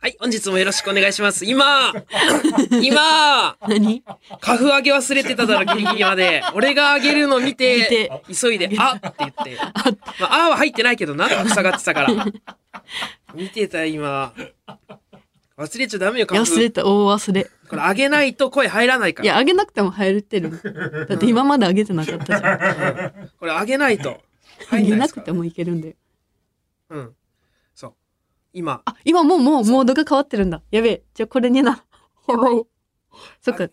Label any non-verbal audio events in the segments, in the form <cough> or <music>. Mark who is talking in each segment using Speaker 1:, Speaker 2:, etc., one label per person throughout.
Speaker 1: はい、本日もよろしくお願いします。今 <laughs> 今
Speaker 2: 何
Speaker 1: カフ上げ忘れてただろ、ギリギリまで。俺が上げるの見
Speaker 2: 見
Speaker 1: て
Speaker 2: て、
Speaker 1: 急いで、あって言って。まあ、あは入ってないけど、なんか塞がってたから。見てた、今。忘れちゃダメよ、カフ。
Speaker 2: 忘れた、大忘れ。
Speaker 1: これ上げないと声入らないか
Speaker 2: い
Speaker 1: ら。
Speaker 2: や、あげなくても入ってる。だって今まであげてなかったじゃん。
Speaker 1: これ上げないと。
Speaker 2: あ
Speaker 1: 入ん
Speaker 2: げ
Speaker 1: ないで
Speaker 2: な
Speaker 1: すか
Speaker 2: くて
Speaker 1: ら。
Speaker 2: もいけるんだよ。
Speaker 1: うん。そう。今。
Speaker 2: あ、今もうもうモードが変わってるんだ。やべえ。じゃあこれにな。やばい。そっか。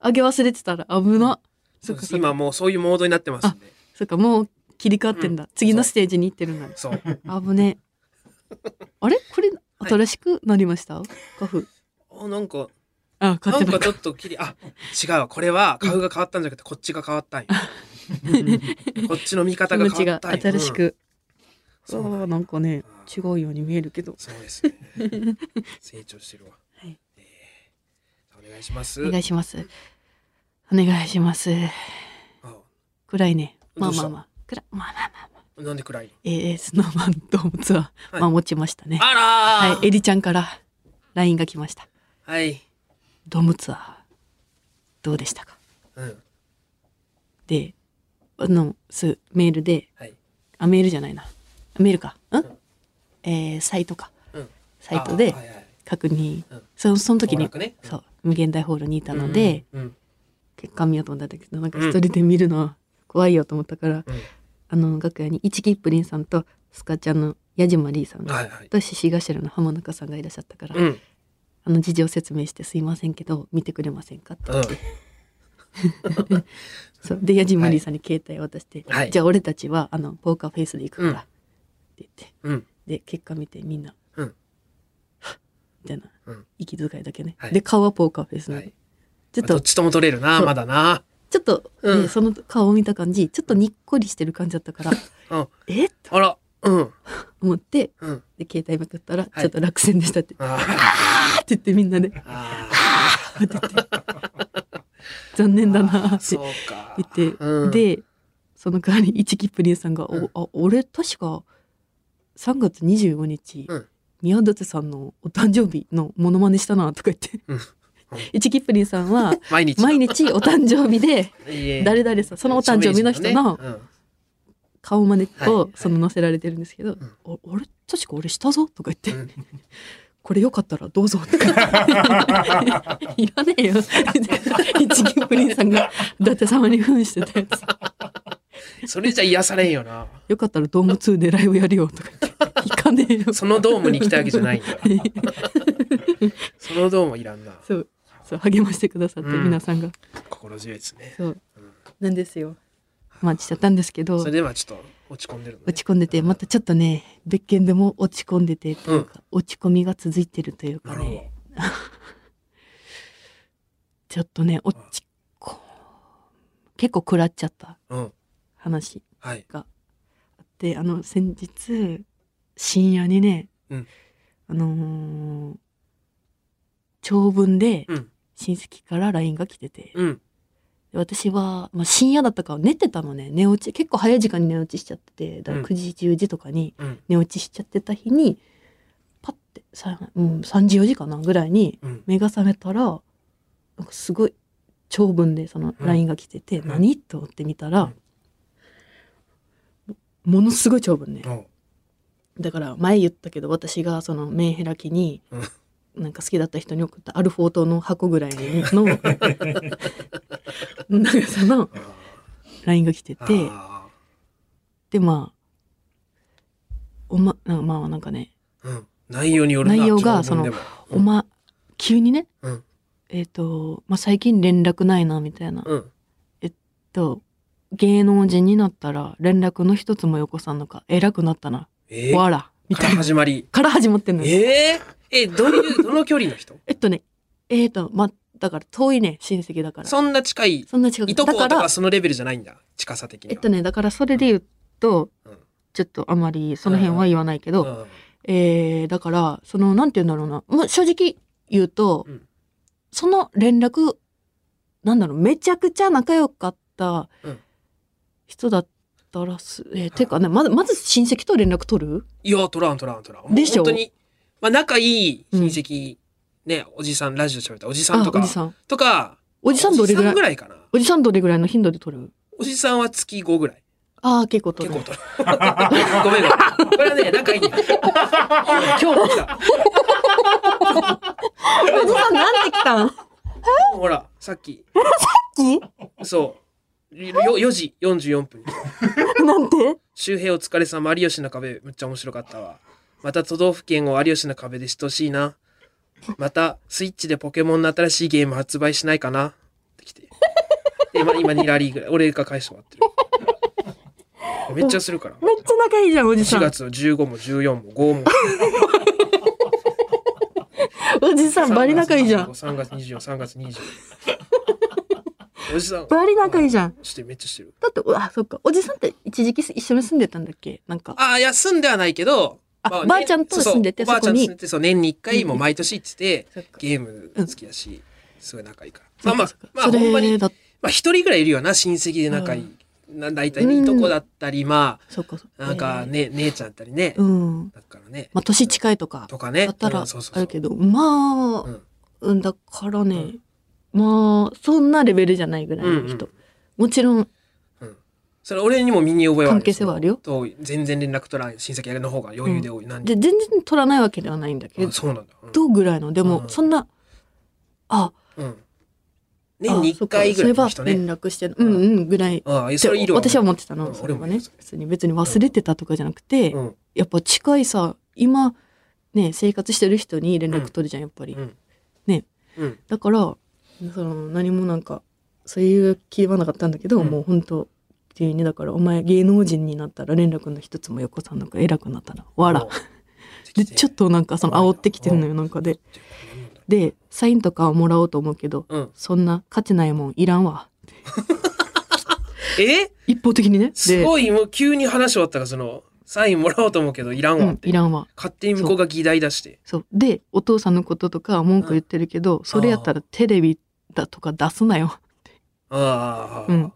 Speaker 2: あげ忘れてたら危な。
Speaker 1: そ
Speaker 2: そうっ
Speaker 1: で
Speaker 2: か
Speaker 1: す
Speaker 2: そっか。
Speaker 1: 今もうそういうモードになってますんで。
Speaker 2: そっか、もう切り替わってんだ。次のステージに行ってるんだ。
Speaker 1: そう。
Speaker 2: 危ねえ。あれこれ、新しくなりましたカフ。
Speaker 1: おなんか、
Speaker 2: あ、買
Speaker 1: な
Speaker 2: って
Speaker 1: ん
Speaker 2: な
Speaker 1: か
Speaker 2: い
Speaker 1: ちょっときり、あ、違うわ。これは、株が変わったんじゃなくて、こっちが変わった
Speaker 2: <laughs>
Speaker 1: んよ。こっちの見
Speaker 2: 気
Speaker 1: 方が
Speaker 2: 持ち
Speaker 1: 変わ
Speaker 2: が
Speaker 1: ったんよ。
Speaker 2: 新しく。
Speaker 1: うん。そう
Speaker 2: あ
Speaker 1: な
Speaker 2: あ、
Speaker 1: んだ
Speaker 2: なんかね、違うように見えるけど。
Speaker 1: そうですね。成長してるわ。
Speaker 2: はい
Speaker 1: えーお願いします。
Speaker 2: お願いします。お願いします。
Speaker 1: あ
Speaker 2: 暗いね。
Speaker 1: ど
Speaker 2: まあ
Speaker 1: うし
Speaker 2: ま
Speaker 1: た
Speaker 2: あまあ。暗い。まあまあまあまあ。
Speaker 1: なんで暗いの
Speaker 2: えー、スノーマンドームツア
Speaker 1: は
Speaker 2: ー、
Speaker 1: い
Speaker 2: まあ持ちましたね。
Speaker 1: あら
Speaker 2: はい。
Speaker 1: ー
Speaker 2: エリちゃんから LINE が来ました。
Speaker 1: はい。
Speaker 2: ドームツアー、どうでしたか
Speaker 1: うん。
Speaker 2: で、あの、す、メールで、
Speaker 1: はい。
Speaker 2: あ、メールじゃないな。メールか。んえー、サイトか。
Speaker 1: うん。
Speaker 2: サイトで
Speaker 1: あーはいはい
Speaker 2: 確認
Speaker 1: うん。
Speaker 2: そその時
Speaker 1: 行
Speaker 2: に
Speaker 1: 楽、ねうん
Speaker 2: そう、無限大ホールにいたので、
Speaker 1: うんうん
Speaker 2: 結果見ようと思ったんだけど、なんか一人で見るのは怖いよと思ったから、
Speaker 1: うん
Speaker 2: あの楽屋に一木プリンさんとスカちゃんの矢島リーさんが、
Speaker 1: はいはい
Speaker 2: と獅子頭の浜中さんがいらっしゃったから、
Speaker 1: うん
Speaker 2: あの事情説明して「すいませんけど見てくれませんか?」って、
Speaker 1: うん
Speaker 2: そうで矢島リーさんに携帯を渡して「
Speaker 1: はい
Speaker 2: じゃあ俺たちはあのポーカーフェイスで行くか
Speaker 1: うん
Speaker 2: ら」って言って
Speaker 1: うん
Speaker 2: で結果見てみんな「
Speaker 1: うん
Speaker 2: はっみたいな、
Speaker 1: うん
Speaker 2: 息遣いだけね、
Speaker 1: はい
Speaker 2: で顔はポーカーフェイスな
Speaker 1: は
Speaker 2: の、
Speaker 1: い
Speaker 2: ちょっ
Speaker 1: ど
Speaker 2: と
Speaker 1: っちとも取れるな
Speaker 2: そう
Speaker 1: まだな
Speaker 2: ちょっと、ね
Speaker 1: うん
Speaker 2: その顔を見た感じちょっとにっこりしてる感じだったから
Speaker 1: う
Speaker 2: 「
Speaker 1: ん
Speaker 2: えっ?」と
Speaker 1: あらうん
Speaker 2: 思って
Speaker 1: うん
Speaker 2: で携帯まくったら
Speaker 1: はい
Speaker 2: ちょっと落選でしたって「
Speaker 1: あ
Speaker 2: あーって言ってみんなで
Speaker 1: ーあ <laughs>
Speaker 2: 残念だな
Speaker 1: ー
Speaker 2: って
Speaker 1: そうか
Speaker 2: 言って、
Speaker 1: うん
Speaker 2: でその代わり一木プリンさんが「お
Speaker 1: うん
Speaker 2: あ俺確か3月25日、
Speaker 1: うん
Speaker 2: 宮舘さんのお誕生日のモノマネしたな」とか言って、
Speaker 1: うんうん
Speaker 2: <laughs> 一木プリンさんは
Speaker 1: 毎日
Speaker 2: 毎日お誕生
Speaker 1: <laughs>
Speaker 2: 日で
Speaker 1: 誰
Speaker 2: 誰々さんそのお誕生日の人の顔真似
Speaker 1: はいは
Speaker 2: と
Speaker 1: い
Speaker 2: その載せられてるんですけど
Speaker 1: ん
Speaker 2: 「お俺確か俺したぞ」とか言って
Speaker 1: うん
Speaker 2: <laughs> これよかったらどうぞとか <laughs> いらねえよ一木プリンさんが伊達様に扮してたやつ
Speaker 1: それじゃ癒されんよ
Speaker 2: <laughs>
Speaker 1: な
Speaker 2: よかったらドーム2でライブやるよとか言って行かねえ
Speaker 1: <laughs>
Speaker 2: よ
Speaker 1: そのドームに来たわけじゃないんだそのドームはいらんな
Speaker 2: <laughs> そうそう励ましてくださって
Speaker 1: うん
Speaker 2: 皆さんが、
Speaker 1: 心強いですね
Speaker 2: そうなんですよまあちゃったんですけど
Speaker 1: それではちょっと落ち込んでるのね
Speaker 2: 落ち込んでてまたちょっとね別件でも落ち込んでてというか、落ち込みが続いてるという
Speaker 1: な
Speaker 2: か
Speaker 1: るほど
Speaker 2: ね <laughs> ちょっとね落ち込結構食らっちゃった
Speaker 1: うん
Speaker 2: 話
Speaker 1: はい
Speaker 2: であの先日深夜にね、
Speaker 1: うん
Speaker 2: あのー長文で
Speaker 1: うん
Speaker 2: 親戚から LINE が来てて、
Speaker 1: うん
Speaker 2: で私は、まあ、深夜だったから寝てたのね寝落ち結構早い時間に寝落ちしちゃっててだから
Speaker 1: うん
Speaker 2: 9時10時とかに
Speaker 1: うん
Speaker 2: 寝落ちしちゃってた日にパッてさ、うん、3時4時かなぐらいに
Speaker 1: うん
Speaker 2: 目が覚めたらなんかすごい長文でその
Speaker 1: うん
Speaker 2: LINE が来てて「
Speaker 1: うん
Speaker 2: 何?」と思ってみたら、もものすごい長文ね。
Speaker 1: お
Speaker 2: だから前言ったけど私がそのメンヘラ期に
Speaker 1: うん
Speaker 2: なんか好きだった人に送ったアルフォートの箱ぐらい
Speaker 1: <laughs>
Speaker 2: の長さの
Speaker 1: あ
Speaker 2: LINE が来て
Speaker 1: ー
Speaker 2: て
Speaker 1: あ
Speaker 2: でまあおまなまあなんかね
Speaker 1: ーうん内容によるな
Speaker 2: 内容がその
Speaker 1: 長文でも
Speaker 2: おま急にね、
Speaker 1: うん
Speaker 2: えっ、と、まあ、最近連絡ないなみたいな、
Speaker 1: うん
Speaker 2: と芸能人になったら連絡の一つもよこさんのか偉くなったな、
Speaker 1: えー
Speaker 2: わらみ
Speaker 1: か
Speaker 2: た
Speaker 1: ら
Speaker 2: いな
Speaker 1: 始まり
Speaker 2: から始まってんのよ
Speaker 1: えーえどういうどの距離の人
Speaker 2: えっとね、えっ、と、ま、だから遠いね、親戚だから。そ
Speaker 1: そんな近い
Speaker 2: んな近く
Speaker 1: いとこと
Speaker 2: だから
Speaker 1: か、そのレベルじゃないんだ近さ的に
Speaker 2: えっ
Speaker 1: は
Speaker 2: とね、だからそれで言うと、
Speaker 1: うん
Speaker 2: ちょっとあまりその辺は言わないけど、
Speaker 1: うん
Speaker 2: えー、だから、その、なんて言うんだろうな、まあ、正直言うと、
Speaker 1: うん
Speaker 2: その連絡、なんだろう、めちゃくちゃ仲良かった
Speaker 1: うん
Speaker 2: 人だったらす、えーてかね、まず、まず親戚と連絡取る
Speaker 1: いや、取らん取らん取らん。
Speaker 2: でしょ
Speaker 1: 本当に、まあ仲いい親戚、ね、おじさん、ラジオ喋ったおじさん
Speaker 2: あ、
Speaker 1: と
Speaker 2: お
Speaker 1: か
Speaker 2: じ、さん。
Speaker 1: とか、
Speaker 2: おじさんどれぐらい
Speaker 1: おじさんぐらいかな。
Speaker 2: おじさんどれぐらいの頻度で撮る
Speaker 1: おじさんは月5ぐらい。
Speaker 2: ああ、結構撮
Speaker 1: 結
Speaker 2: る
Speaker 1: 構。取る。 <laughs> ごめんごめん。これはね、仲いいんだよ。今日来た。
Speaker 2: おじさんなんで来 <laughs> たんさ
Speaker 1: ほら、さっき。
Speaker 2: っ
Speaker 1: そう。よ4時44分に。
Speaker 2: きなんて
Speaker 1: 周平お疲れ様、有吉の壁、むっちゃ面白かったわ。また都道府県を有吉の壁でしてほしいな。また、スイッチでポケモンの新しいゲーム発売しないかなって来て。で、まあ、今2ラリーぐらい。俺が返してもらってる。めっちゃするから。
Speaker 2: めっちゃ仲いいじゃん、おじさ
Speaker 1: 4
Speaker 2: ん。
Speaker 1: 月の15も14も5も。
Speaker 2: おじさん、バリ仲いいじゃん。
Speaker 1: 3月24、3月24。おじさん。
Speaker 2: バリ仲いいじゃん。
Speaker 1: してめっちゃしてる。
Speaker 2: だって、うわ、そっか。おじさんって一時期一緒に住んでたんだっけなんか。
Speaker 1: ああ、いや、住んではないけど、
Speaker 2: あ
Speaker 1: まね
Speaker 2: ばあちゃんと住んでて
Speaker 1: そうそう
Speaker 2: そこ
Speaker 1: おばあちゃん
Speaker 2: に
Speaker 1: と住んでて、そう、年に一回、もう毎年行ってて、
Speaker 2: そっか
Speaker 1: ゲーム好きだし、すごい仲いいから。
Speaker 2: そっ
Speaker 1: まあ
Speaker 2: かそっか
Speaker 1: まあ、まあ、
Speaker 2: そ
Speaker 1: ほんま
Speaker 2: れ
Speaker 1: に、
Speaker 2: だ
Speaker 1: まあ、一人ぐらいいるよな、親戚で仲いい。な大体ね、いとこだったり、ま
Speaker 2: そっかそっ
Speaker 1: あ、
Speaker 2: か。
Speaker 1: なんかね、姉ちゃんだったりね。
Speaker 2: うん。
Speaker 1: だからね。
Speaker 2: まあ、年近いとか、
Speaker 1: とかね。
Speaker 2: だった
Speaker 1: う
Speaker 2: ら
Speaker 1: んそうそう
Speaker 2: あ
Speaker 1: そう
Speaker 2: るけど、まあ、
Speaker 1: うん
Speaker 2: うん、だからね、まあ、そんなレベルじゃないぐらいの人。
Speaker 1: うん
Speaker 2: もちろん、
Speaker 1: それ俺にも身に覚えはある
Speaker 2: 関係性はあるよ
Speaker 1: と全然連絡取らない親戚の方が余裕で多い、なん
Speaker 2: で、全然取らないわけではないんだけ
Speaker 1: あ
Speaker 2: ど、
Speaker 1: そうなんだ、うん
Speaker 2: ぐらいの、でも、
Speaker 1: うん
Speaker 2: そんな、あ、
Speaker 1: うん、
Speaker 2: あ
Speaker 1: 年に1
Speaker 2: そっか
Speaker 1: 回ぐらいの
Speaker 2: そ
Speaker 1: 人
Speaker 2: れは
Speaker 1: ね
Speaker 2: 連絡して、うんうんぐらい。
Speaker 1: ああそれいるわ
Speaker 2: 私は思ってた
Speaker 1: う
Speaker 2: の、
Speaker 1: ん
Speaker 2: それは
Speaker 1: 俺も
Speaker 2: ね
Speaker 1: それ。
Speaker 2: 別に別に忘れてたとかじゃなくて、
Speaker 1: うん
Speaker 2: やっぱ近いさ、今、ね、生活してる人に連絡取るじゃん、やっぱり。
Speaker 1: うん
Speaker 2: ね
Speaker 1: うん
Speaker 2: だからその何もなんかそういう気はなかったんだけど、
Speaker 1: うん
Speaker 2: もう本当急にだからお前芸能人になったら連絡の一つもよこさんなんか偉くなったなわら
Speaker 1: おう
Speaker 2: でちょっとなんかその煽ってきてるのよなんかででサインとかはもらおうと思うけど
Speaker 1: うん
Speaker 2: そんな価値ないもんいらんわ
Speaker 1: え
Speaker 2: 一方的にね
Speaker 1: す
Speaker 2: い
Speaker 1: ごいもう急に話終わったからそのサインもらおうと思うけどいらん
Speaker 2: う
Speaker 1: わっ
Speaker 2: ん
Speaker 1: て、
Speaker 2: いらんわ
Speaker 1: 勝手に向こうが議題出して
Speaker 2: そうでお父さんのこととかは文句言ってるけど、それやったらテレビだとか出すなよ
Speaker 1: ああ、
Speaker 2: うん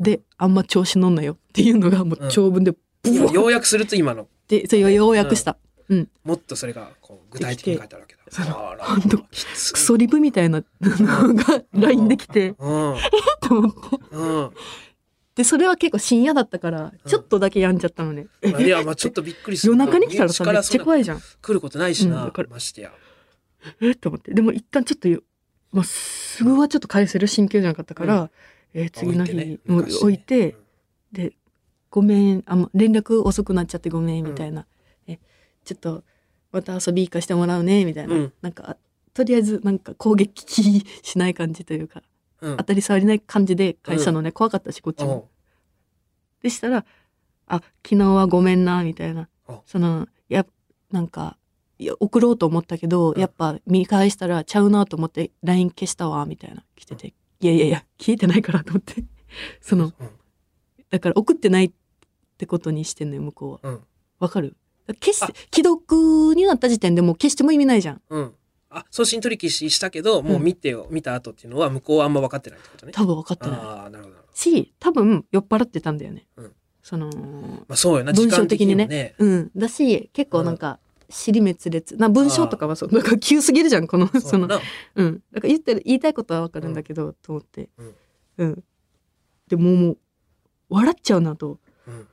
Speaker 2: であんま調子乗んなよっていうのがもう長文でブ
Speaker 1: 今
Speaker 2: ワーっ
Speaker 1: ようやくすると今の
Speaker 2: てそれをようやくした、うん
Speaker 1: もっとそれがこう具体的に書いてあるわけ
Speaker 2: そ
Speaker 1: だあら
Speaker 2: ほんと
Speaker 1: きつい
Speaker 2: クソリブみたいなのが LINE できて、
Speaker 1: うん
Speaker 2: と思って。
Speaker 1: うん
Speaker 2: で、それは結構深夜だったから、ちょっとだけ病んじゃったのね。
Speaker 1: まあいやまあちょっとびっくりする
Speaker 2: 夜中に来たらさ、
Speaker 1: 身内
Speaker 2: めっ
Speaker 1: らそ
Speaker 2: ち
Speaker 1: ん
Speaker 2: ゃ
Speaker 1: な
Speaker 2: 怖いじゃん。
Speaker 1: 来ることないし
Speaker 2: うん
Speaker 1: な
Speaker 2: わか、る
Speaker 1: ましてや。
Speaker 2: えっと思って。でも一旦ちょっとよ、まあ、すぐはちょっと返せる心境じゃなかったから、えー次の日にもう
Speaker 1: 昔ね
Speaker 2: 置いて、、で、ごめん、あんま連絡遅くなっちゃってごめん、みたいな。え、ちょっと、また遊び行かしてもらうね、みたいな。
Speaker 1: うん
Speaker 2: なんか、とりあえず、なんか攻撃しない感じというか、
Speaker 1: うん
Speaker 2: 当たり障りない感じで返したのね、怖かったし、こっちも。でしたら「あ昨日はごめんな」みたいな
Speaker 1: あ
Speaker 2: そのやなんかいや送ろうと思ったけど、
Speaker 1: うん
Speaker 2: やっぱ見返したらちゃうなと思って LINE 消したわみたいな来てて、いやいやいや消えてないからと思って
Speaker 1: <laughs>
Speaker 2: その
Speaker 1: うん
Speaker 2: だから送ってないってことにしてんのよ向こうは
Speaker 1: うん
Speaker 2: わかるだから消し既読になった時点でもう消しても意味ないじゃん
Speaker 1: うん。あ、送信取り消ししたけど、もう見てよ、見た後っていうのは向こうはあんま分かってないってことね。
Speaker 2: 多分分かってない
Speaker 1: ああ、なるほど。なるほど
Speaker 2: し多分酔っ払ってたんだよね、
Speaker 1: うん
Speaker 2: その
Speaker 1: まあそうよな、
Speaker 2: 文
Speaker 1: 時
Speaker 2: 章
Speaker 1: 間
Speaker 2: 的にね
Speaker 1: もね。
Speaker 2: うん、だし結構なんか尻滅裂な文章とかはそうなんか急すぎるじゃんこのその
Speaker 1: うな
Speaker 2: うんだから言ってる言いたいことはわかるんだけど、と思って
Speaker 1: うん、
Speaker 2: うん、でもうもう笑っちゃうなと
Speaker 1: うん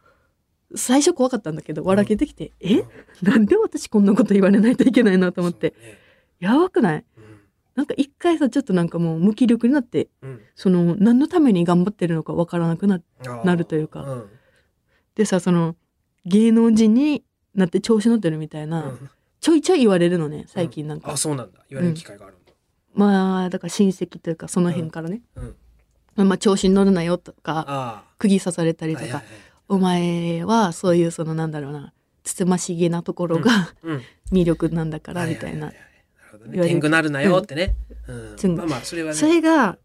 Speaker 2: 最初怖かったんだけど笑けてきて、えなんで私こんなこと言われないといけないなと思って、。やばくない
Speaker 1: うんそうね
Speaker 2: なんか一回さちょっとなんかもう無気力になって
Speaker 1: うん
Speaker 2: その何のために頑張ってるのかわからなくなっ
Speaker 1: うんあー
Speaker 2: なるというか
Speaker 1: ん
Speaker 2: てさその芸能人になって調子乗ってるみたいな、
Speaker 1: うん
Speaker 2: ちょいちょい言われるのね最近なんか、
Speaker 1: あ、そうなんだ。言われる機会があるんだ。
Speaker 2: まあだから親戚というかその辺からね、
Speaker 1: うん
Speaker 2: まあ調子に乗るなよとか
Speaker 1: あ
Speaker 2: 釘刺された
Speaker 1: あ。
Speaker 2: り
Speaker 1: は
Speaker 2: と
Speaker 1: い
Speaker 2: か、
Speaker 1: はいはい
Speaker 2: お前はそういうそのなんだろうなつつましげなところが
Speaker 1: うん
Speaker 2: <laughs> 魅力なんだからみたい
Speaker 1: は
Speaker 2: な
Speaker 1: ははなるほど
Speaker 2: 言
Speaker 1: ね。
Speaker 2: われる
Speaker 1: 天狗なるなよってね。うん
Speaker 2: つん
Speaker 1: まあまあ、それはね。
Speaker 2: それが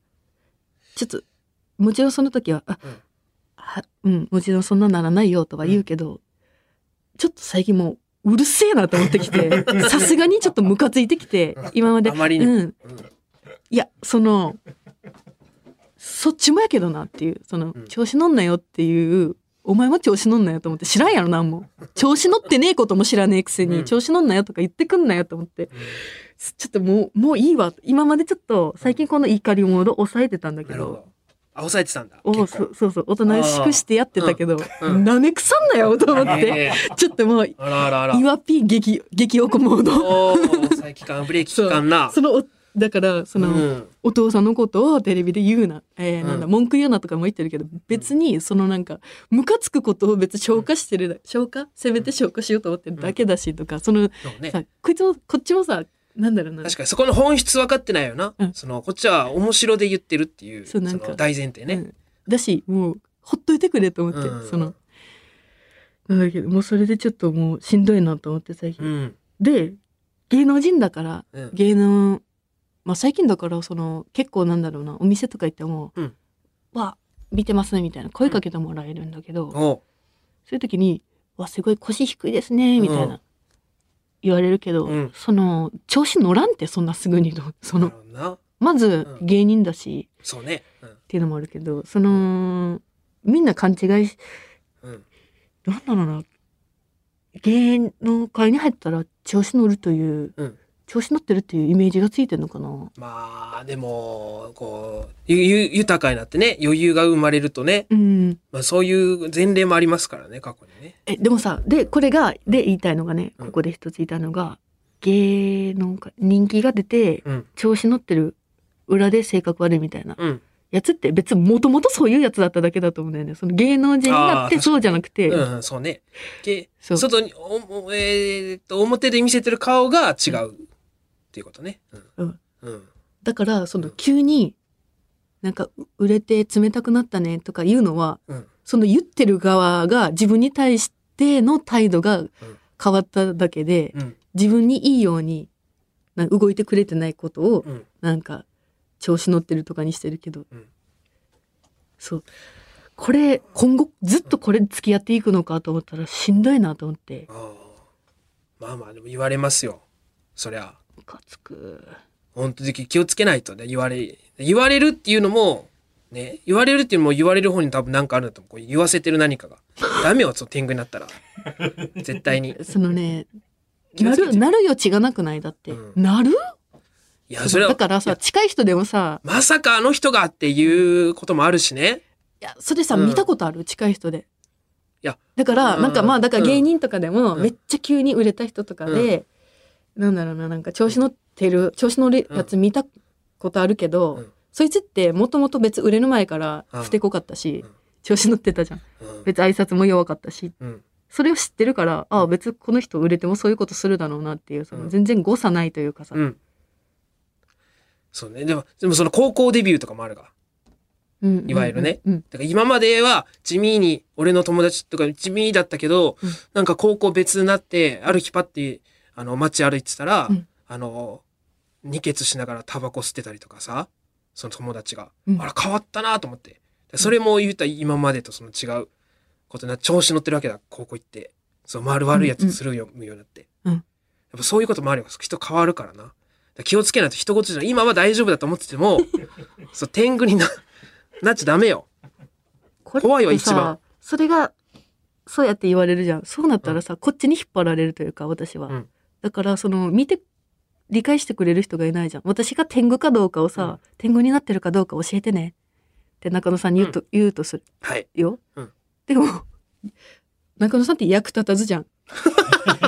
Speaker 2: ちょっともちろんその時はあ
Speaker 1: うん
Speaker 2: はうんもちろんそんなならないよとは言うけど、ちょっと最近もううるせえなと思ってき
Speaker 1: <laughs>
Speaker 2: てさすがにちょっとムカついてきて今まで
Speaker 1: あまりにも
Speaker 2: うん、
Speaker 1: うん
Speaker 2: いやそのそっちもやけどなっていうその、
Speaker 1: うん
Speaker 2: 調子乗んなよっていうお前も調子乗んなよと思って知らんやろな
Speaker 1: <laughs>
Speaker 2: んも調子乗ってねえことも知らねえくせに、
Speaker 1: うん
Speaker 2: 調子乗んなよとか言ってくんなよと思ってちょっともうもういいわ今までちょっと最近この怒りを抑えてたんだけ
Speaker 1: なるほ
Speaker 2: ど
Speaker 1: ど。あ、抑えてたんだ。
Speaker 2: おう
Speaker 1: 結
Speaker 2: そ
Speaker 1: 構
Speaker 2: うそうそう大人しくしてやってたけど、
Speaker 1: うんうん
Speaker 2: なめくさんなよと思っ
Speaker 1: え
Speaker 2: て
Speaker 1: え
Speaker 2: ちょっともう
Speaker 1: あらあらあ
Speaker 2: <laughs>
Speaker 1: ら。
Speaker 2: 岩ピー激激おこモード
Speaker 1: おー、再帰還、ブレーキ期間な。
Speaker 2: <laughs> そのおだからそ
Speaker 1: う
Speaker 2: の、
Speaker 1: ん
Speaker 2: お父さんのことをテレビで言うな、えー
Speaker 1: うん
Speaker 2: なんだ文句言うなとかも言ってるけど別にそのなんかムカつくことを別に消化してるだ消化せめて消化しようと思ってるだけだしとかその
Speaker 1: そうね。
Speaker 2: さこいつもこっちもさなんだろうな
Speaker 1: 確かにそこの本質分かってないよな、
Speaker 2: うん
Speaker 1: そのこっちは面白で言ってるっていう
Speaker 2: そうなんか
Speaker 1: その大前提
Speaker 2: う
Speaker 1: ね、
Speaker 2: んだしもうほっといてくれと思って、
Speaker 1: うん
Speaker 2: そのなんだけどもうそれでちょっともうしんどいなと思って最近。
Speaker 1: うん
Speaker 2: で芸能人だから
Speaker 1: うん
Speaker 2: 芸能まあ最近だからその結構なんだろうなお店とか行っても
Speaker 1: うん
Speaker 2: 「わ見てますね」みたいな声かけてもらえるんだけど、そう
Speaker 1: おう
Speaker 2: いう時に「わすごい腰低いですね」みたい
Speaker 1: うん
Speaker 2: な言われるけど、
Speaker 1: うん
Speaker 2: その調子乗らんってそんなすぐにとそ
Speaker 1: なる
Speaker 2: の
Speaker 1: ほどな
Speaker 2: まず
Speaker 1: うん
Speaker 2: 芸人だし
Speaker 1: そうね
Speaker 2: っていうのもあるけどそのみんな勘違いし
Speaker 1: うんうん
Speaker 2: なんだろうな芸能界に入ったら調子乗るという、
Speaker 1: うん
Speaker 2: 調子乗ってるっていうイメージがついてるのかな。
Speaker 1: まあでもこうゆゆ豊かになってね余裕が生まれるとね、
Speaker 2: うん、
Speaker 1: まあ、そういう前例もありますからね過去にね
Speaker 2: えでもさでこれがで言いたいのがね
Speaker 1: うん
Speaker 2: ここで一つ言いたいのが、芸能界人気が出て
Speaker 1: うん
Speaker 2: 調子乗ってる裏で性格悪いみたいな
Speaker 1: うん
Speaker 2: やつって別にもともとそういうやつだっただけだと思うんだよねその芸能人になって
Speaker 1: あー
Speaker 2: そうじゃなくて、
Speaker 1: うん、そうねで
Speaker 2: そう
Speaker 1: 外におおえーっと表で見せてる顔が違う、っていうことねう
Speaker 2: うん
Speaker 1: んうん
Speaker 2: だからその急になんかう売れて冷たくなったねとか言うのは、
Speaker 1: うん
Speaker 2: その言ってる側が自分に対しての態度が変わっただけで、
Speaker 1: うん
Speaker 2: 自分にいいようにな動いてくれてないことを
Speaker 1: うん
Speaker 2: なんか調子乗ってるとかにしてるけど、
Speaker 1: うん
Speaker 2: そうこれ今後ずっとこれ付き合っていくのかと思ったらしんどいなと思って
Speaker 1: ああまあまあでも言われますよそりゃ
Speaker 2: ムカつく
Speaker 1: 本当に気をつけないとね言われ言われるっていうのもね言われるっていうのも言われる方に多分何かあるんだと思うこう言わせてる何かがダメよそう天狗になったら絶対に
Speaker 2: <laughs> そのね
Speaker 1: 気を
Speaker 2: な
Speaker 1: つけ
Speaker 2: る
Speaker 1: て
Speaker 2: なるよ血がなくないだって、
Speaker 1: うん
Speaker 2: なる
Speaker 1: いやそれ
Speaker 2: だ
Speaker 1: は
Speaker 2: からさ近い人でもさ
Speaker 1: まさかあの人がっていうこともあるしね
Speaker 2: いやそれさ、
Speaker 1: うん
Speaker 2: 見たことある近い人で。
Speaker 1: いや
Speaker 2: だから、
Speaker 1: うん
Speaker 2: なんかまあだから芸人とかでも、
Speaker 1: うん
Speaker 2: めっちゃ急に売れた人とかで、なんだろうななんか調子乗ってる調子乗るやつ見たことあるけど、
Speaker 1: うん
Speaker 2: そいつってもともと別に売れる前から
Speaker 1: うん
Speaker 2: ふてこかったし、
Speaker 1: うん
Speaker 2: 調子乗ってたじゃん
Speaker 1: うん
Speaker 2: 別に挨拶も弱かったし
Speaker 1: うん
Speaker 2: それを知ってるからああ別にこの人売れてもそういうことするだろうなっていうその
Speaker 1: うん
Speaker 2: 全然誤差ないというかさ、
Speaker 1: うんそうねでもでもその高校デビューとかもあるが
Speaker 2: うんうん
Speaker 1: いわゆるね
Speaker 2: うん
Speaker 1: だから今までは地味に俺の友達とか地味だったけど、
Speaker 2: うん
Speaker 1: なんか高校別になってある日パッてあの街歩いてたら、
Speaker 2: うん
Speaker 1: あの二血しながらタバコ吸ってたりとかさその友達が、
Speaker 2: うん
Speaker 1: あら変わったなと思ってでそれも言うたら今までとその違うことにな調子乗ってるわけだ高校行ってそう丸悪いやつするよ,、うようになって、
Speaker 2: うん
Speaker 1: やっぱそういうこともあるよ人変わるからなだから気をつけないと人事じゃない今は大丈夫だと思ってて
Speaker 2: <laughs>
Speaker 1: もそう天狗にななっちゃダメよ
Speaker 2: これって
Speaker 1: 怖いよ
Speaker 2: さ
Speaker 1: 一番
Speaker 2: それがそうやって言われるじゃんそうなったらさ、こっちに引っ張られるというか私は、
Speaker 1: うん
Speaker 2: だからその見て理解してくれる人がいないじゃん私が天狗かどうかをさ、
Speaker 1: うん
Speaker 2: 天狗になってるかどうか教えてねって中野さんに言うと,、言うとする
Speaker 1: はい
Speaker 2: よ、
Speaker 1: うん
Speaker 2: でも中野さんって役立たずじゃん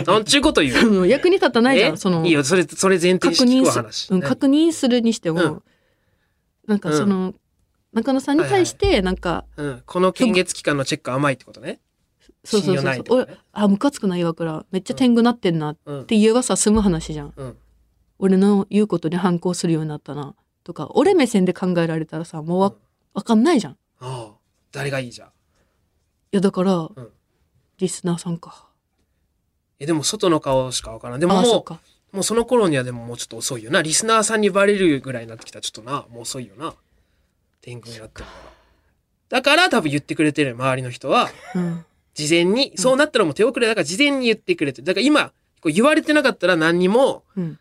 Speaker 1: なんちゅうこと言う
Speaker 2: その役に立たないじゃん
Speaker 1: え
Speaker 2: その
Speaker 1: いいよ、それ、それ前提に
Speaker 2: 確
Speaker 1: 聞
Speaker 2: 認
Speaker 1: くわ
Speaker 2: す
Speaker 1: 話。
Speaker 2: る、うん、
Speaker 1: 何
Speaker 2: 確認するにしても、
Speaker 1: うん
Speaker 2: なんかその、中野さんに対してなんか、
Speaker 1: うん。この検月期間のチェック甘いってことね。
Speaker 2: そうそうそ
Speaker 1: 信
Speaker 2: う
Speaker 1: 用ない
Speaker 2: そ
Speaker 1: っ
Speaker 2: う
Speaker 1: てこと
Speaker 2: 俺
Speaker 1: ね
Speaker 2: あムカつくな岩倉めっちゃ天狗なってんなっ
Speaker 1: うん。
Speaker 2: て言えばさ済む話じゃん
Speaker 1: うん。
Speaker 2: 俺の言うことに反抗するようになったなとか俺目線で考えられたらさもうわ,、
Speaker 1: うん
Speaker 2: かんないじゃんい
Speaker 1: ああ、誰がいいじゃん。
Speaker 2: やだから、
Speaker 1: ん
Speaker 2: リスナーさんか
Speaker 1: え、でも外の顔しかわからん。でも
Speaker 2: ああそう
Speaker 1: も
Speaker 2: か
Speaker 1: う、もうその頃にはでももうちょっと遅いよな。リスナーさんにバレるぐらいになってきたらちょっとな、もう遅いよな。天狗になってるから。だから多分言ってくれてる周りの人は、
Speaker 2: うん
Speaker 1: 事前に、そうなったらもう手遅れだから事前に言ってくれてる。だから今、こう言われてなかったら何にも、
Speaker 2: うん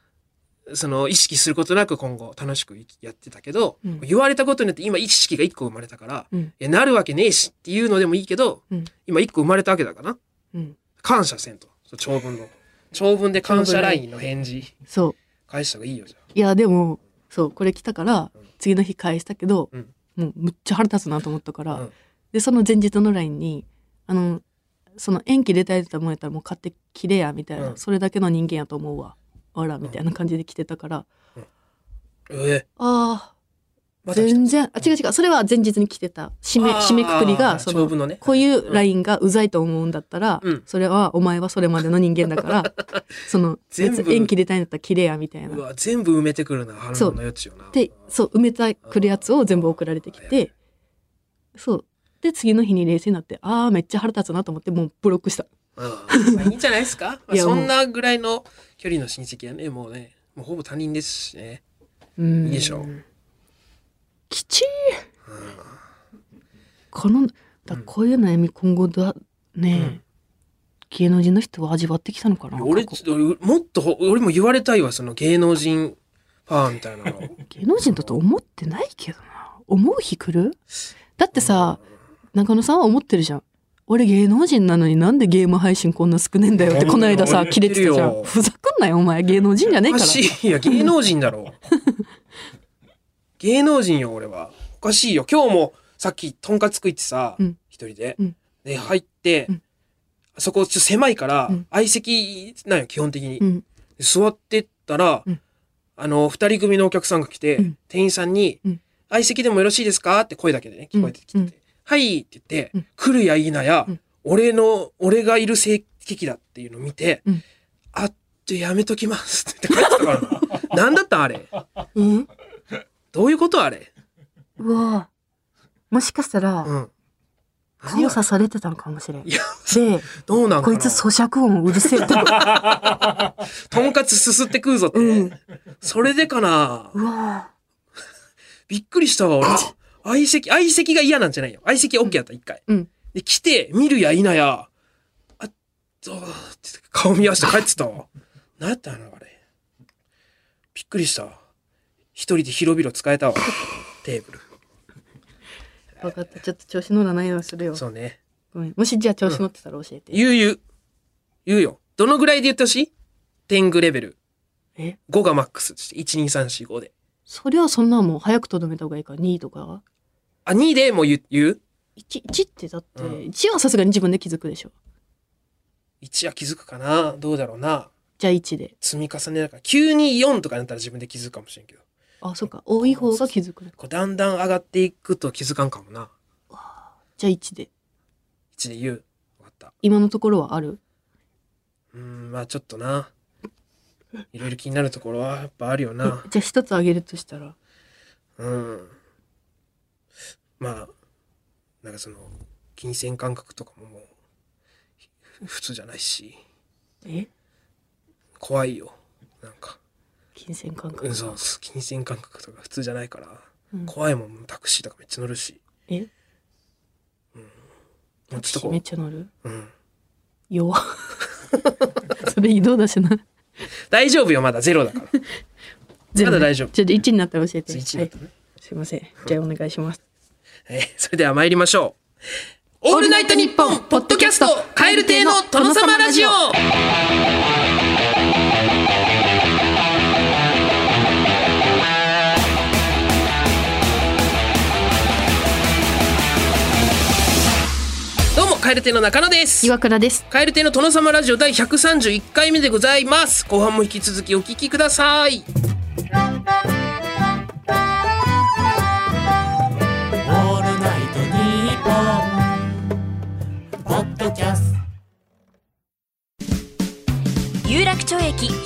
Speaker 1: その意識することなく今後楽しくやってたけど、
Speaker 2: うん
Speaker 1: 言われたことによって今意識が一個生まれたから、
Speaker 2: うん
Speaker 1: いやなるわけねえしっていうのでもいいけど、
Speaker 2: うん
Speaker 1: 今一個生まれたわけだからな
Speaker 2: うん。
Speaker 1: 感謝せんとそう長文の長文で感謝ラインの返事
Speaker 2: そう。
Speaker 1: 返した方がいいよじゃ
Speaker 2: いや、でも、そう、これ来たから
Speaker 1: うん、
Speaker 2: 次の日返したけど、
Speaker 1: うん
Speaker 2: もうむっちゃ腹立つなと思ったから、
Speaker 1: うん
Speaker 2: で、その前日の LINE に、あの、その延期出たいたもんやったらもう買ってきれや、みたいな、
Speaker 1: うん
Speaker 2: それだけの人間やと思うわ。あら、みたいな感じで来てたから、
Speaker 1: あえ
Speaker 2: あ
Speaker 1: ー、また
Speaker 2: あ、
Speaker 1: 来た
Speaker 2: 全然、あ、違う違う、それは前日に来てた。締め、
Speaker 1: あー
Speaker 2: 締めくくりが、そ
Speaker 1: 長
Speaker 2: の、
Speaker 1: 文のね
Speaker 2: こういうラインがうざいと思うんだったら、
Speaker 1: うん
Speaker 2: それはお前はそれまでの人間だ
Speaker 1: <laughs>
Speaker 2: から、その、
Speaker 1: 全部
Speaker 2: 別に延期出たいんだったら切れや、みたいうな。
Speaker 1: わ全部埋めてくるな腹
Speaker 2: そ
Speaker 1: の
Speaker 2: う
Speaker 1: 余地をな
Speaker 2: で、そう、埋めてくるやつを全部送られてきて、そう。で、次の日に冷静になって、ああ、めっちゃ腹立つなと思って、もうブロックした。
Speaker 1: うんまあいいんじゃないですか、まあ
Speaker 2: いや
Speaker 1: そんなぐらいの距離の親戚やねもうねもうほぼ他人ですしね
Speaker 2: うん
Speaker 1: いいでしょう。
Speaker 2: きちい。この、だこういう悩み今後だ、ねえ、
Speaker 1: うん
Speaker 2: 芸能人の人は味わってきたのかな
Speaker 1: 俺
Speaker 2: 過去
Speaker 1: ちょっともっとほ俺も言われたいわその芸能人ファンみたい
Speaker 2: <laughs>
Speaker 1: なの
Speaker 2: 芸能人だと思ってないけどな。思う日来るだってさ、中野さんは思ってるじゃん。俺芸能人なのになんでゲーム配信こんな少ねえんだよってこの間
Speaker 1: う
Speaker 2: さ、
Speaker 1: ん
Speaker 2: 切れてたじゃ
Speaker 1: 言ってるよ
Speaker 2: ん。ふざくんなよ、お前。芸能人じゃねえ
Speaker 1: お
Speaker 2: か。
Speaker 1: からしいいや芸能人だろう芸能人よ俺はおかしいよ今日もさっきとんかつ食いってさ、
Speaker 2: うん
Speaker 1: 一人で、
Speaker 2: うん
Speaker 1: で入って、
Speaker 2: うん
Speaker 1: そこちょっと狭いから
Speaker 2: うん
Speaker 1: 相席なんよ基本的に、
Speaker 2: うん。
Speaker 1: 座ってったら、
Speaker 2: うん
Speaker 1: あの、二人組のお客さんが来て、
Speaker 2: うん
Speaker 1: 店員さんに、
Speaker 2: うん
Speaker 1: 相席でもよろしいですかって声だけでね、聞こえてきてて、
Speaker 2: うんうん
Speaker 1: はいって言って、
Speaker 2: うん
Speaker 1: 来るや否や、
Speaker 2: うん
Speaker 1: 俺の、俺がいる性癖だっていうのを見て、
Speaker 2: うん
Speaker 1: あっとやめときますって言って帰ってたから
Speaker 2: <laughs>
Speaker 1: な。なんだったんあれ
Speaker 2: え
Speaker 1: どういうことあれ
Speaker 2: うわもしかしたら、
Speaker 1: うん。何
Speaker 2: 交
Speaker 1: あれ
Speaker 2: 差されてたのかもしれん。
Speaker 1: い
Speaker 2: で、
Speaker 1: や、どうなんか
Speaker 2: こ
Speaker 1: ない
Speaker 2: つ咀嚼音うるせえと。
Speaker 1: <laughs> とんかつすすって食うぞって。
Speaker 2: うん。
Speaker 1: それでかな
Speaker 2: うわ
Speaker 1: びっくりしたわ、俺。相席、相席が嫌なんじゃないよ。相席 OK だった、一回。
Speaker 2: うん
Speaker 1: で、来て、見るや否や、あっと、って顔見合わせて帰ってたわ。何やったのあれ。びっくりしたわ。一人で広々使えたわ。テーブル。
Speaker 2: 分かった。ちょっと調子乗らないようにするよ。
Speaker 1: そうね。
Speaker 2: ごめん。もしじゃあ調子乗ってたら教えて。
Speaker 1: 言う言う。言うよ。どのぐらいで言ってほしい天狗レベル。
Speaker 2: え
Speaker 1: 5がマックス。12345で。
Speaker 2: そりゃそんなもう早くとどめた方がいいから、2位とか。
Speaker 1: あ、2でもう言う言う
Speaker 2: 1、1ってだって、
Speaker 1: うん
Speaker 2: 1はさすがに自分で気づくでしょ。
Speaker 1: ?1 は気づくかなどうだろうな。
Speaker 2: じゃあ1で。
Speaker 1: 積み重ねだから。924とかになったら自分で気づくかもしれんけど。
Speaker 2: あ、そっか。多い方が気づくのか。
Speaker 1: こうだんだん上がっていくと気づかんかもな。
Speaker 2: じゃあ1で。
Speaker 1: 1で言う。わかった。
Speaker 2: 今のところはある
Speaker 1: うーん、まあちょっとな。いろいろ気になるところはやっぱあるよ
Speaker 2: え
Speaker 1: な。
Speaker 2: じゃあ1つあげるとしたら。
Speaker 1: うん。まあ、なんかその、金銭感覚とかももう、ふ普通じゃないし、
Speaker 2: え
Speaker 1: 怖いよ。なんか、
Speaker 2: 金銭感
Speaker 1: う
Speaker 2: 覚
Speaker 1: ん、。そう、金銭感覚とか普通じゃないから、
Speaker 2: うん
Speaker 1: 怖いもん、タクシーとかめっちゃ乗るし。
Speaker 2: え
Speaker 1: もうちょっとこ
Speaker 2: めっちゃ乗る
Speaker 1: う、うん。
Speaker 2: 弱。 <laughs> それ移動だしな。
Speaker 1: 大丈夫よ、まだゼロだから。まだ大丈夫
Speaker 2: ちょっと1になったら教えて。
Speaker 1: 1だったね。
Speaker 2: はい、すいません。じゃあお願いします。
Speaker 1: えーそれでは参りましょう。オールナイトニッポンポッドキャスト、カエル亭の殿様ラジオ。どうも、カエル亭の中野です。
Speaker 2: 岩倉です。
Speaker 1: カエル亭の殿様ラジオ第131回目でございます。後半も引き続きお聞きください。
Speaker 3: オールナイトニッポン」ポッドキャスト
Speaker 4: 有楽町駅日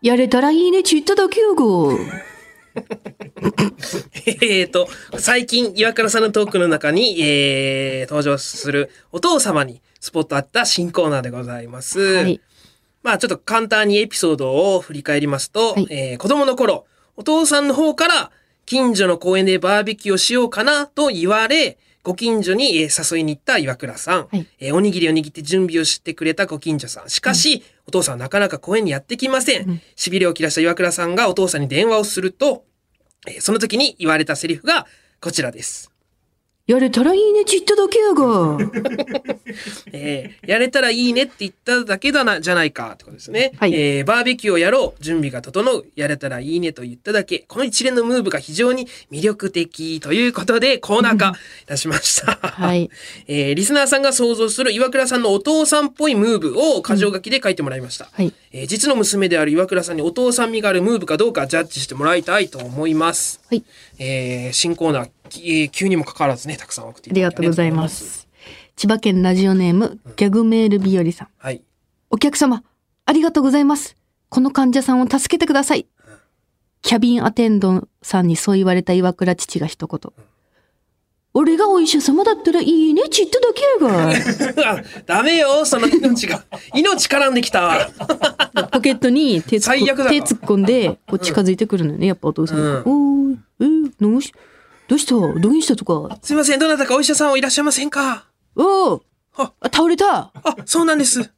Speaker 2: やれたらいいね、ちっただけよご。
Speaker 1: えーと、最近、岩倉さんのトークの中に、えー、登場するお父様にスポットあった新コーナーでございます。
Speaker 2: はい。
Speaker 1: まあ、ちょっと簡単にエピソードを振り返りますと、
Speaker 2: はい
Speaker 1: えー子供の頃、お父さんの方から、近所の公園でバーベキューをしようかなと言われ、ご近所にえー誘いに行った岩倉さん。
Speaker 2: はい
Speaker 1: えーおにぎりを握って準備をしてくれたご近所さん。しかし、お父さんはなかなか公園にやってきません。
Speaker 2: うん
Speaker 1: しびれを切らした岩倉さんがお父さんに電話をすると、えーその時に言われたセリフがこちらです。
Speaker 2: やれたらいいね、ちっただけよ <laughs> ご。
Speaker 1: えーやれたらいいねって言っただけだな、じゃないかってことですね。
Speaker 2: はい
Speaker 1: えーバーベキューをやろう、準備が整う、やれたらいいねと言っただけ、この一連のムーブが非常に魅力的ということでコーナー化いたしました。
Speaker 2: はい。
Speaker 1: <laughs> えーリスナーさんが想像する岩倉さんのお父さんっぽいムーブを箇条書きで書いてもらいました。
Speaker 2: はい。
Speaker 1: えー実の娘である岩倉さんにお父さん味があるムーブかどうかジャッジしてもらいたいと思います。
Speaker 2: はい。
Speaker 1: えー新コーナー、きえー急にもかかわらずね、たくさん送ってい
Speaker 2: あ
Speaker 1: ただき
Speaker 2: りがとうございま
Speaker 1: ありがとう
Speaker 2: す。千葉県ラジオネーム、ギャグメール日和さ
Speaker 1: ご
Speaker 2: ん。
Speaker 1: ざいます。はい。
Speaker 2: お客様、ありがとうございます。この患者さんを助けてください。キャビンアテンドンさんにそう言われた岩倉父が一言。俺がお医者様だったらいいね、ちっとだけや
Speaker 1: あ <laughs> ダメよ、その命が。命絡んできた。
Speaker 2: が。
Speaker 1: <laughs>
Speaker 2: ポケットに手突っ
Speaker 1: 最悪だ
Speaker 2: 手突っ込んで、こう近づいてくるのよね、やっぱお父さんが。おーい、えー、どうし、どうしたどうしたとか。
Speaker 1: すいません、どなたかお医者さんはいらっしゃいませんか
Speaker 2: おー
Speaker 1: あ
Speaker 2: あ倒れた
Speaker 1: あ、そうなんです。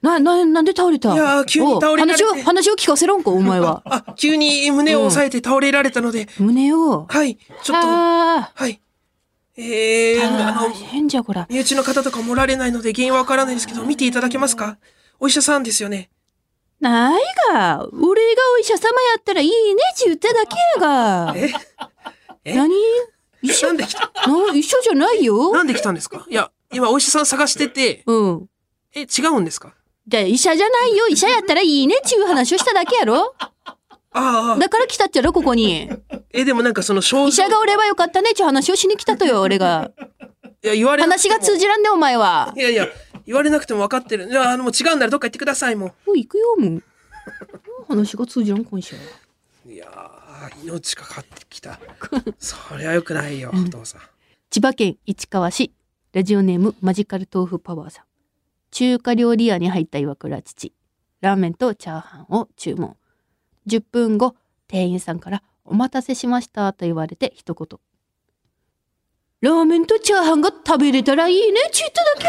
Speaker 2: な、な、なんで倒れた
Speaker 1: いやー急に倒れられて。
Speaker 2: おう話を、話を聞かせろんか、お前は
Speaker 1: あ、急に胸を押さえて倒れられたので、
Speaker 2: 胸を。
Speaker 1: はい、ちょっと、
Speaker 2: あ
Speaker 1: はい。えー、あ
Speaker 2: あー、
Speaker 1: の、
Speaker 2: 変じゃ、こら。
Speaker 1: 身内の方とかもおられないので原因はわからないですけど、見ていただけますかお医者さんですよね。
Speaker 2: ないが、俺がお医者様やったらいいねって言っただけやが。
Speaker 1: ええ
Speaker 2: 何
Speaker 1: なんで来た
Speaker 2: な一緒じゃないよ。
Speaker 1: なんで来たんですかいや、今お医者さん探してて、
Speaker 2: うん。
Speaker 1: え、違うんですか
Speaker 2: じゃあ医者じゃないよ。医者やったらいいねっていう話をしただけやろ。
Speaker 1: ああ、
Speaker 2: だから来たっちゃろ、ここに。
Speaker 1: え、でもなんかその症
Speaker 2: 医
Speaker 1: 状
Speaker 2: 者、がおればよかったねっていう話をしに来たとよ、俺が。
Speaker 1: いや、言われなく
Speaker 2: 話
Speaker 1: ても
Speaker 2: が通じらんね、お前は。
Speaker 1: いやいや、言われなくても分かってる。いや、あの、もう違うんならどっか行ってください、も
Speaker 2: もう行くよ、もう。もう話が通じらん、今週は。
Speaker 1: う。いやー、命かかってき
Speaker 2: <laughs>
Speaker 1: た。そりゃ良くないよ、お父さん。
Speaker 2: 千葉県市川市ラジオネームマジカル豆腐パワーさん中華料理屋に入った岩倉父ラーメンとチャーハンを注文10分後店員さんから「お待たせしました」と言われて一言「ラーメンとチャーハンが食べれたらいいね」ちゅっただ
Speaker 1: い
Speaker 2: け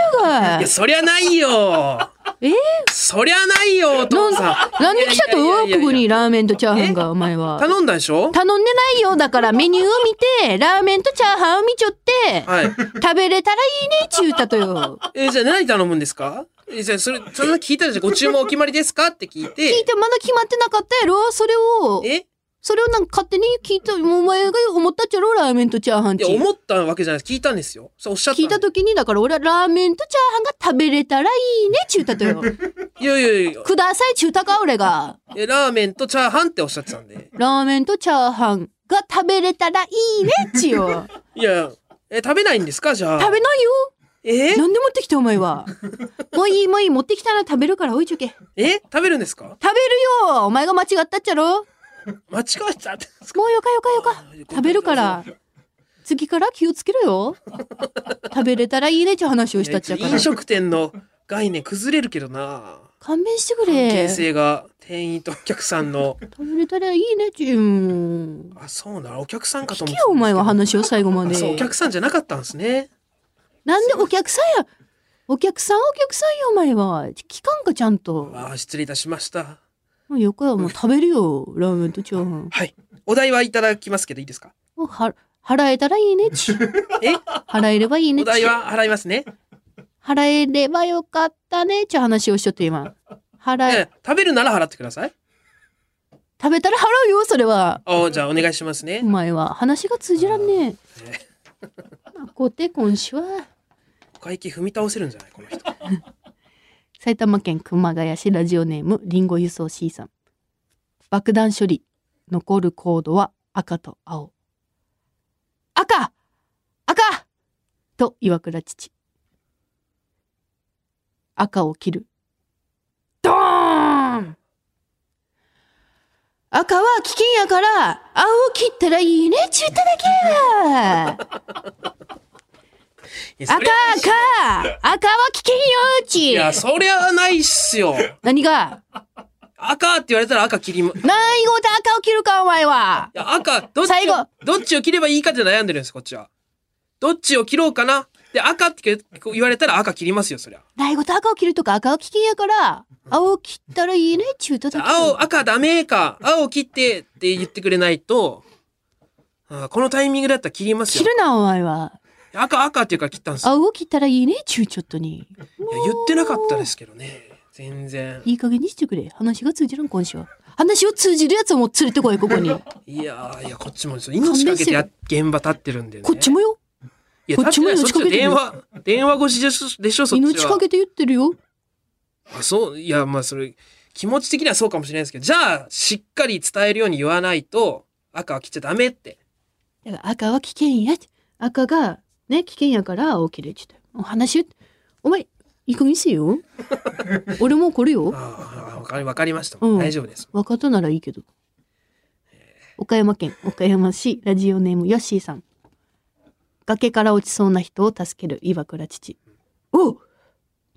Speaker 1: や、
Speaker 2: やが
Speaker 1: そりゃないよ
Speaker 2: えー
Speaker 1: そりゃないよ、お父さん。
Speaker 2: 何で来たと
Speaker 1: いやいやいやいや
Speaker 2: ここにラーメンとチャーハンがお前は
Speaker 1: 頼んだでしょ
Speaker 2: 頼んでないよだからメニューを見てラーメンとチャーハンを見ちょって
Speaker 1: はい。
Speaker 2: 食べれたらいいねちゅうたとよ
Speaker 1: え、じゃあ何頼むんですかえ、じゃあそれ、それ聞いたらじゃあご注文お決まりですかって聞い
Speaker 2: 聞い
Speaker 1: て、
Speaker 2: てまだ決まってなかったやろそれを
Speaker 1: えい
Speaker 2: それをなんか勝手に聞いたもうお前が思ったっちゃろラーメンとチャーハンち
Speaker 1: や、思ったわけじゃないです。聞いたんですよ。そうおっしゃった。
Speaker 2: 聞いた時にだから俺はラーメンとチャーハンが食べれたらい
Speaker 1: <laughs>
Speaker 2: いねちゅうたとよ
Speaker 1: いやいやいや
Speaker 2: くださいちゅうたか俺が
Speaker 1: え、ラーメンとチャーハンっておっしゃってたんで。
Speaker 2: ラーメンとチャーハンが食べれたらいいねちゅ
Speaker 1: <laughs>
Speaker 2: よ
Speaker 1: いや、え、食べないんですかじゃあ。
Speaker 2: 食べないよ
Speaker 1: え
Speaker 2: なんで持ってきたお前はもういいもういい持ってきたら食べるから置いちょけ食
Speaker 1: え食べるんですか
Speaker 2: べるよお前が間違ったっちゃろ
Speaker 1: 間違えたって。
Speaker 2: もうよかよかよか食べるから次から気をつけ
Speaker 1: <laughs>
Speaker 2: ろよ食べれたらいいねちゅう話をしたっちゃから
Speaker 1: 飲食店の概念崩れるけどな
Speaker 2: 勘弁してく
Speaker 1: 関係
Speaker 2: れ。食
Speaker 1: 性が店員とお客さんの
Speaker 2: べれたらいいね、ちゅうん。
Speaker 1: あそうなのお客さんかと
Speaker 2: 聞
Speaker 1: 思っ
Speaker 2: け
Speaker 1: て
Speaker 2: よ、お前は話を最後ま
Speaker 1: あ
Speaker 2: で。
Speaker 1: そうお客さんじゃなかったんですね
Speaker 2: なんでお客さんや。お客さん、お客さんよ、お前は。聞かんか、ちゃんと。
Speaker 1: あー失礼いたしました
Speaker 2: もうよくはもう食べるよ、ラーメンとチャーハン。
Speaker 1: はいお題はいただきますけどいいですか
Speaker 2: もうは払えたらいいね、ちゅ。
Speaker 1: <laughs> え
Speaker 2: 払えればいいね、
Speaker 1: お
Speaker 2: ちゅ
Speaker 1: 題は払いますね
Speaker 2: 払えればよかったね、ちゅ話をしちゃって、今。
Speaker 1: い
Speaker 2: 払
Speaker 1: や
Speaker 2: え、
Speaker 1: 食べるなら払ってください
Speaker 2: 食べたら払うよ、それは。
Speaker 1: おじゃあお願いします
Speaker 2: お
Speaker 1: ね
Speaker 2: 前は話が通じらんねえ。まあこて、今週は。
Speaker 1: お会計踏み倒せるんじゃないこの人
Speaker 2: 埼玉県熊谷市ラジオネームリンゴ輸送 C さん爆弾処理残るコードは赤と青赤赤と岩倉父赤を切るドーン赤は危険やから、青を切ったらいいね、ちゅっただけや。
Speaker 1: い <laughs> やそ
Speaker 2: 赤
Speaker 1: れは
Speaker 2: 赤赤は危険よ
Speaker 1: いや、
Speaker 2: ち
Speaker 1: そりゃないっすよ。
Speaker 2: 何が
Speaker 1: 赤って言われたら赤切りま、い
Speaker 2: 何ごと赤を切るかお前は
Speaker 1: や、赤、どっ
Speaker 2: 最
Speaker 1: ち
Speaker 2: 後
Speaker 1: を、どっちを切ればいいかって悩んでるんです、こっちは。どっちを切ろうかな。で、赤って言われたら赤切りますよ、そりゃ。
Speaker 2: 何ごと赤を切るとか赤は危険やから青を切ったらいいねちゅうただけ
Speaker 1: 青、赤ダメか。青切ってって言ってくれないと、あこのタイミングだったら切ります
Speaker 2: 切
Speaker 1: よ。
Speaker 2: るなお前は
Speaker 1: 赤、赤っていうから切ったんですよ。
Speaker 2: 青を切ったらいいねちゅうちょっとに
Speaker 1: いや、言ってなかったですけどね。全然。
Speaker 2: いい加減にしてくれ話が通じるん今週は話を通じるやつをもう連れてこいこ
Speaker 1: <laughs>
Speaker 2: こにこ
Speaker 1: いやーいや、こっちも、命かけてや現場立ってるんでね。
Speaker 2: っちもよ
Speaker 1: いや、
Speaker 2: こっちも
Speaker 1: 立てないそっ
Speaker 2: 命
Speaker 1: ちは電話、電話越しでしょでしょ、そっちは。
Speaker 2: 命かけて言ってるよ
Speaker 1: あそういやまあそれ気持ち的にはそうかもしれないですけどじゃあしっかり伝えるように言わないと赤は切っちゃダメって
Speaker 2: だから赤は危険や赤がね危険やから青切れちゅってお話しお前いい加減に
Speaker 1: <laughs>
Speaker 2: せよ俺もう来るよ
Speaker 1: ああわかりわかりました、
Speaker 2: うん
Speaker 1: 大丈夫です
Speaker 2: 分かったならいいけど岡山県岡山市ラジオネームヨッシーさん崖から落ちそうな人を助ける岩倉父おう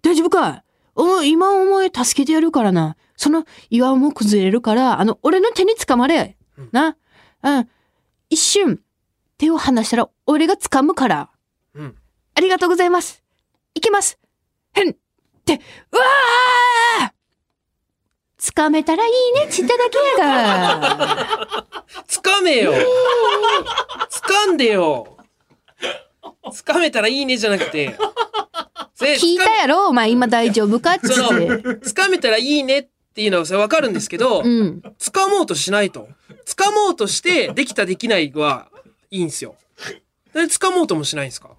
Speaker 2: 大丈夫かおう今お前助けてやるからなその岩も崩れるからあの俺の手につかまれ
Speaker 1: うん
Speaker 2: なうん一瞬手を離したら俺が掴むから
Speaker 1: うん
Speaker 2: ありがとうございます行きますへんってうわーつかめたらいいねちっただけや <laughs> が
Speaker 1: つかめよつかんでよつかめたらいいねじゃなくてせ
Speaker 2: 聞いたやろお前今大丈夫かっつっ
Speaker 1: そ
Speaker 2: て
Speaker 1: のつかめたらいいねっていうのはそれわかるんですけど、
Speaker 2: うん
Speaker 1: つかもうとしないとつかもうとしてできたできないはいいんですよでつかもうともしないんですか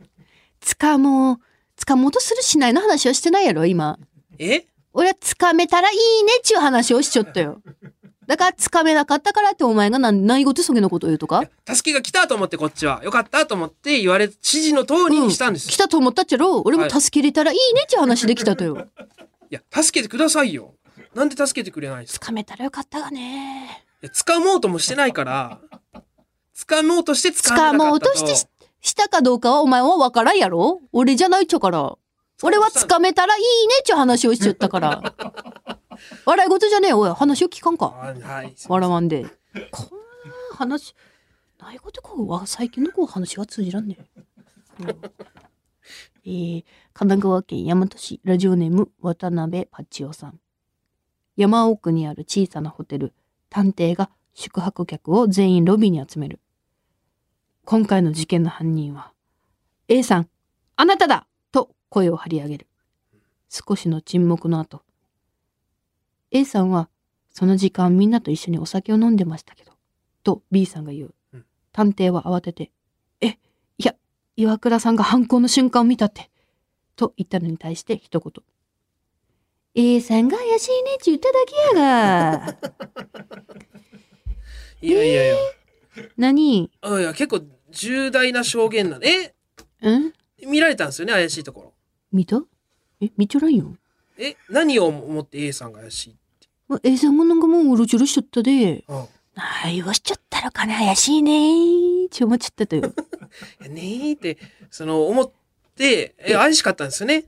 Speaker 2: つかもうつかもうとするしないの話はしてないやろ今
Speaker 1: え
Speaker 2: 俺はつかめたらいいねっちゅう話をしちょったよだからつかめなかったからってお前が何何事そげなこと言うとか
Speaker 1: 助けが来たと思ってこっちは。よかったと思って言われ、指示の通りにしたんです
Speaker 2: 来
Speaker 1: よ。
Speaker 2: たと思ったっちゃろ俺も助けれたらいいねっちゅう話できたと
Speaker 1: い
Speaker 2: よ
Speaker 1: や、助けてくださいよ。なんで助けてくれないんです
Speaker 2: <laughs> つ
Speaker 1: か
Speaker 2: かめたらよかったがね
Speaker 1: いや、掴もうともしてないから、掴もうとして
Speaker 2: つ
Speaker 1: 掴めな
Speaker 2: かも
Speaker 1: かっ
Speaker 2: う
Speaker 1: た
Speaker 2: と
Speaker 1: と。
Speaker 2: してししたかどうかはお前は分からんやろ俺じゃないっちゃから俺はつかめたらいいねっちゅう話をしちゃったから笑い事じゃねえよおい話を聞かんか
Speaker 1: あはい。すいません
Speaker 2: 笑わんでこんな話ないことこうわ最近のこう話が通じらんねえ、うんえー神奈川県大和市ラジオネーム渡辺パチオさん山奥にある小さなホテル探偵が宿泊客を全員ロビーに集める今回の事件の犯人は A さんあなただと声を張り上げる少しの沈黙の後 A さんはその時間みんなと一緒にお酒を飲んでましたけど。と B さんが言う
Speaker 1: うん。
Speaker 2: 探偵は慌てて、え、いや、岩倉さんが犯行の瞬間を見たって。と言ったのに対して一言。A さんが怪しいねって言っただけやが。
Speaker 1: いやいやいや。
Speaker 2: <laughs> 何
Speaker 1: あいや、結構重大な証言なんで。
Speaker 2: ん
Speaker 1: え見られたんですよね、怪しいところ。
Speaker 2: 見たえ、見ちょらんよ。
Speaker 1: え何を思って A さんが怪しい
Speaker 2: ま A さんがなんかもううろちょろしちゃったで。
Speaker 1: うん
Speaker 2: ああ、言わしちゃったのかな怪しいねーって思っちゃったとよ。
Speaker 1: いやねえって、その、思って、え、怪しかったんですよね。っ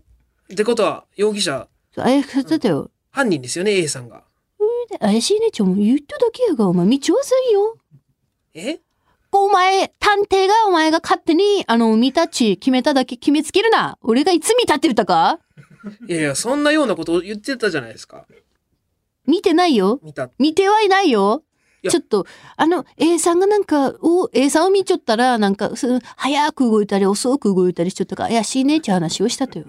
Speaker 1: てことは、容疑者、
Speaker 2: <laughs> そう怪しかったとよ。
Speaker 1: 犯人ですよね、A さんが。
Speaker 2: で怪しいねってもう言っただけやが、お前見ちょらせんよ。
Speaker 1: え
Speaker 2: お前、探偵がお前が勝手に、あの、見たち決めただけ決めつけるな。俺がいつ見たって言ったか
Speaker 1: いやいや、そんなようなことを言ってたじゃないですか。
Speaker 2: 見てないよ。
Speaker 1: 見た。
Speaker 2: 見てはいないよ。
Speaker 1: いや
Speaker 2: ちょっと、あの、A さんがなんか、お A さんを見ちょったら、なんか、す早く動いたり、遅く動いたりしちょったから、怪しいねって話をしたとよ。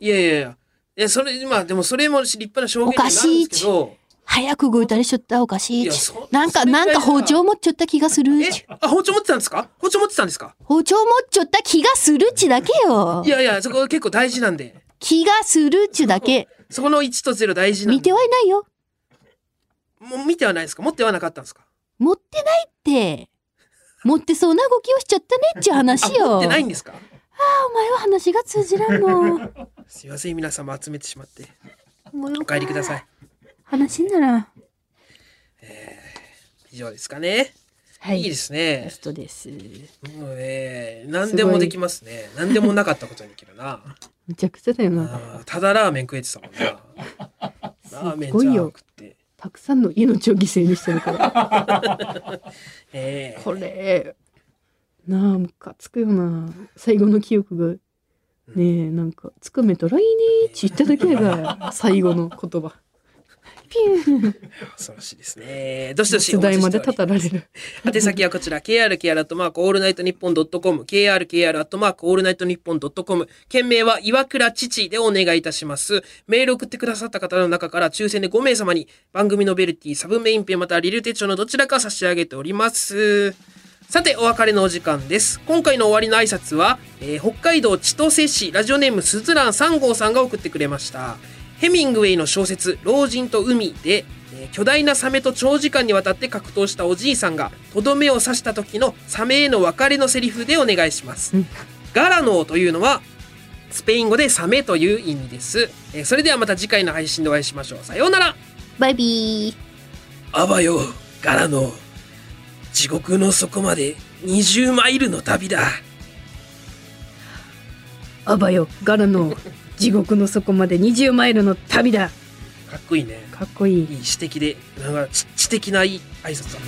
Speaker 1: いやいやいや。いや、それ、まあ、でもそれも立派な証言にな
Speaker 2: お
Speaker 1: る
Speaker 2: か
Speaker 1: ん
Speaker 2: しい
Speaker 1: ですけど。
Speaker 2: 早く動いたりしちょったおかしい
Speaker 1: い
Speaker 2: ち
Speaker 1: やそ
Speaker 2: なんか、
Speaker 1: それぐ
Speaker 2: な
Speaker 1: らい
Speaker 2: んか包丁
Speaker 1: は
Speaker 2: 持っちょった気がする
Speaker 1: え
Speaker 2: ち
Speaker 1: あ、包丁持ってたんですか包丁持ってたんですか
Speaker 2: 包丁持っちょった気がするちだけよ
Speaker 1: い。やいや、そこ結構大事なんで。
Speaker 2: 気がするちだけ。
Speaker 1: そこの1と0大事なんで。
Speaker 2: 見てはいないよ。
Speaker 1: もう見てはないですか持ってはなかったんですか
Speaker 2: 持ってないって。持ってそうな動きをしちゃったねっちゅう
Speaker 1: あ、
Speaker 2: 話よ。
Speaker 1: 持ってないんですか
Speaker 2: お前は話が通じらんも
Speaker 1: <laughs>
Speaker 2: ん。
Speaker 1: すいません、皆様集めてしまって。
Speaker 2: もう
Speaker 1: お帰りください。
Speaker 2: 話にならん。
Speaker 1: 以上ですかね。
Speaker 5: はい。
Speaker 1: いいです
Speaker 5: ラ
Speaker 1: ね
Speaker 5: ス。トです。
Speaker 1: もうね、何でもできますね。何でもなかったことにできるな。
Speaker 5: むちゃくちゃだよな。
Speaker 1: あーただラーメン食えてたもんな。
Speaker 5: <laughs> す
Speaker 1: ラーメン
Speaker 5: ごい
Speaker 1: じゃな
Speaker 5: よ。
Speaker 1: くて。
Speaker 5: たくさんの命を犠牲にして
Speaker 1: <laughs>
Speaker 5: るから。
Speaker 1: ええ
Speaker 5: これ、なんかつくよな。最後の記憶が。ねえ、なんか、つくめとらいねーって言っただけが、最後の言葉。ピューン
Speaker 1: 恐ろしいですね。どしどし
Speaker 5: 出
Speaker 1: お待
Speaker 5: 題
Speaker 1: ち
Speaker 5: ま
Speaker 1: して
Speaker 5: で
Speaker 1: おり
Speaker 5: た
Speaker 1: ます
Speaker 5: たられる。
Speaker 1: 宛先はこちら、krkr アットマークオールナイトニッポンドットコム、krkr アットマークオールナイトニッポンドットコム、件名は岩倉父でお願いいたします。メールを送ってくださった方の中から抽選で5名様に番組のベルティ、サブメインペンまたはリル手帳のどちらか差し上げております。さて、お別れのお時間です。今回の終わりの挨拶は、えー北海道千歳市ラジオネームすずらん3号さんが送ってくれました。ヘミングウェイの小説「老人と海で」えー巨大なサメと長時間にわたって格闘したおじいさんがとどめを刺した時のサメへの別れのセリフでお願いします。ガラノーというのはスペイン語でサメという意味です。えーそれではまた次回の配信でお会いしましょう。さようなら
Speaker 5: バイビー。
Speaker 1: あばよ、ガラノー。地獄の底まで20マイルの旅だ。
Speaker 5: あばよ、ガラの地獄の底まで20マイルの旅だ。
Speaker 1: かっこいいね。
Speaker 5: かっこいい
Speaker 1: いい。指摘で、なんか知知的ない挨拶だ。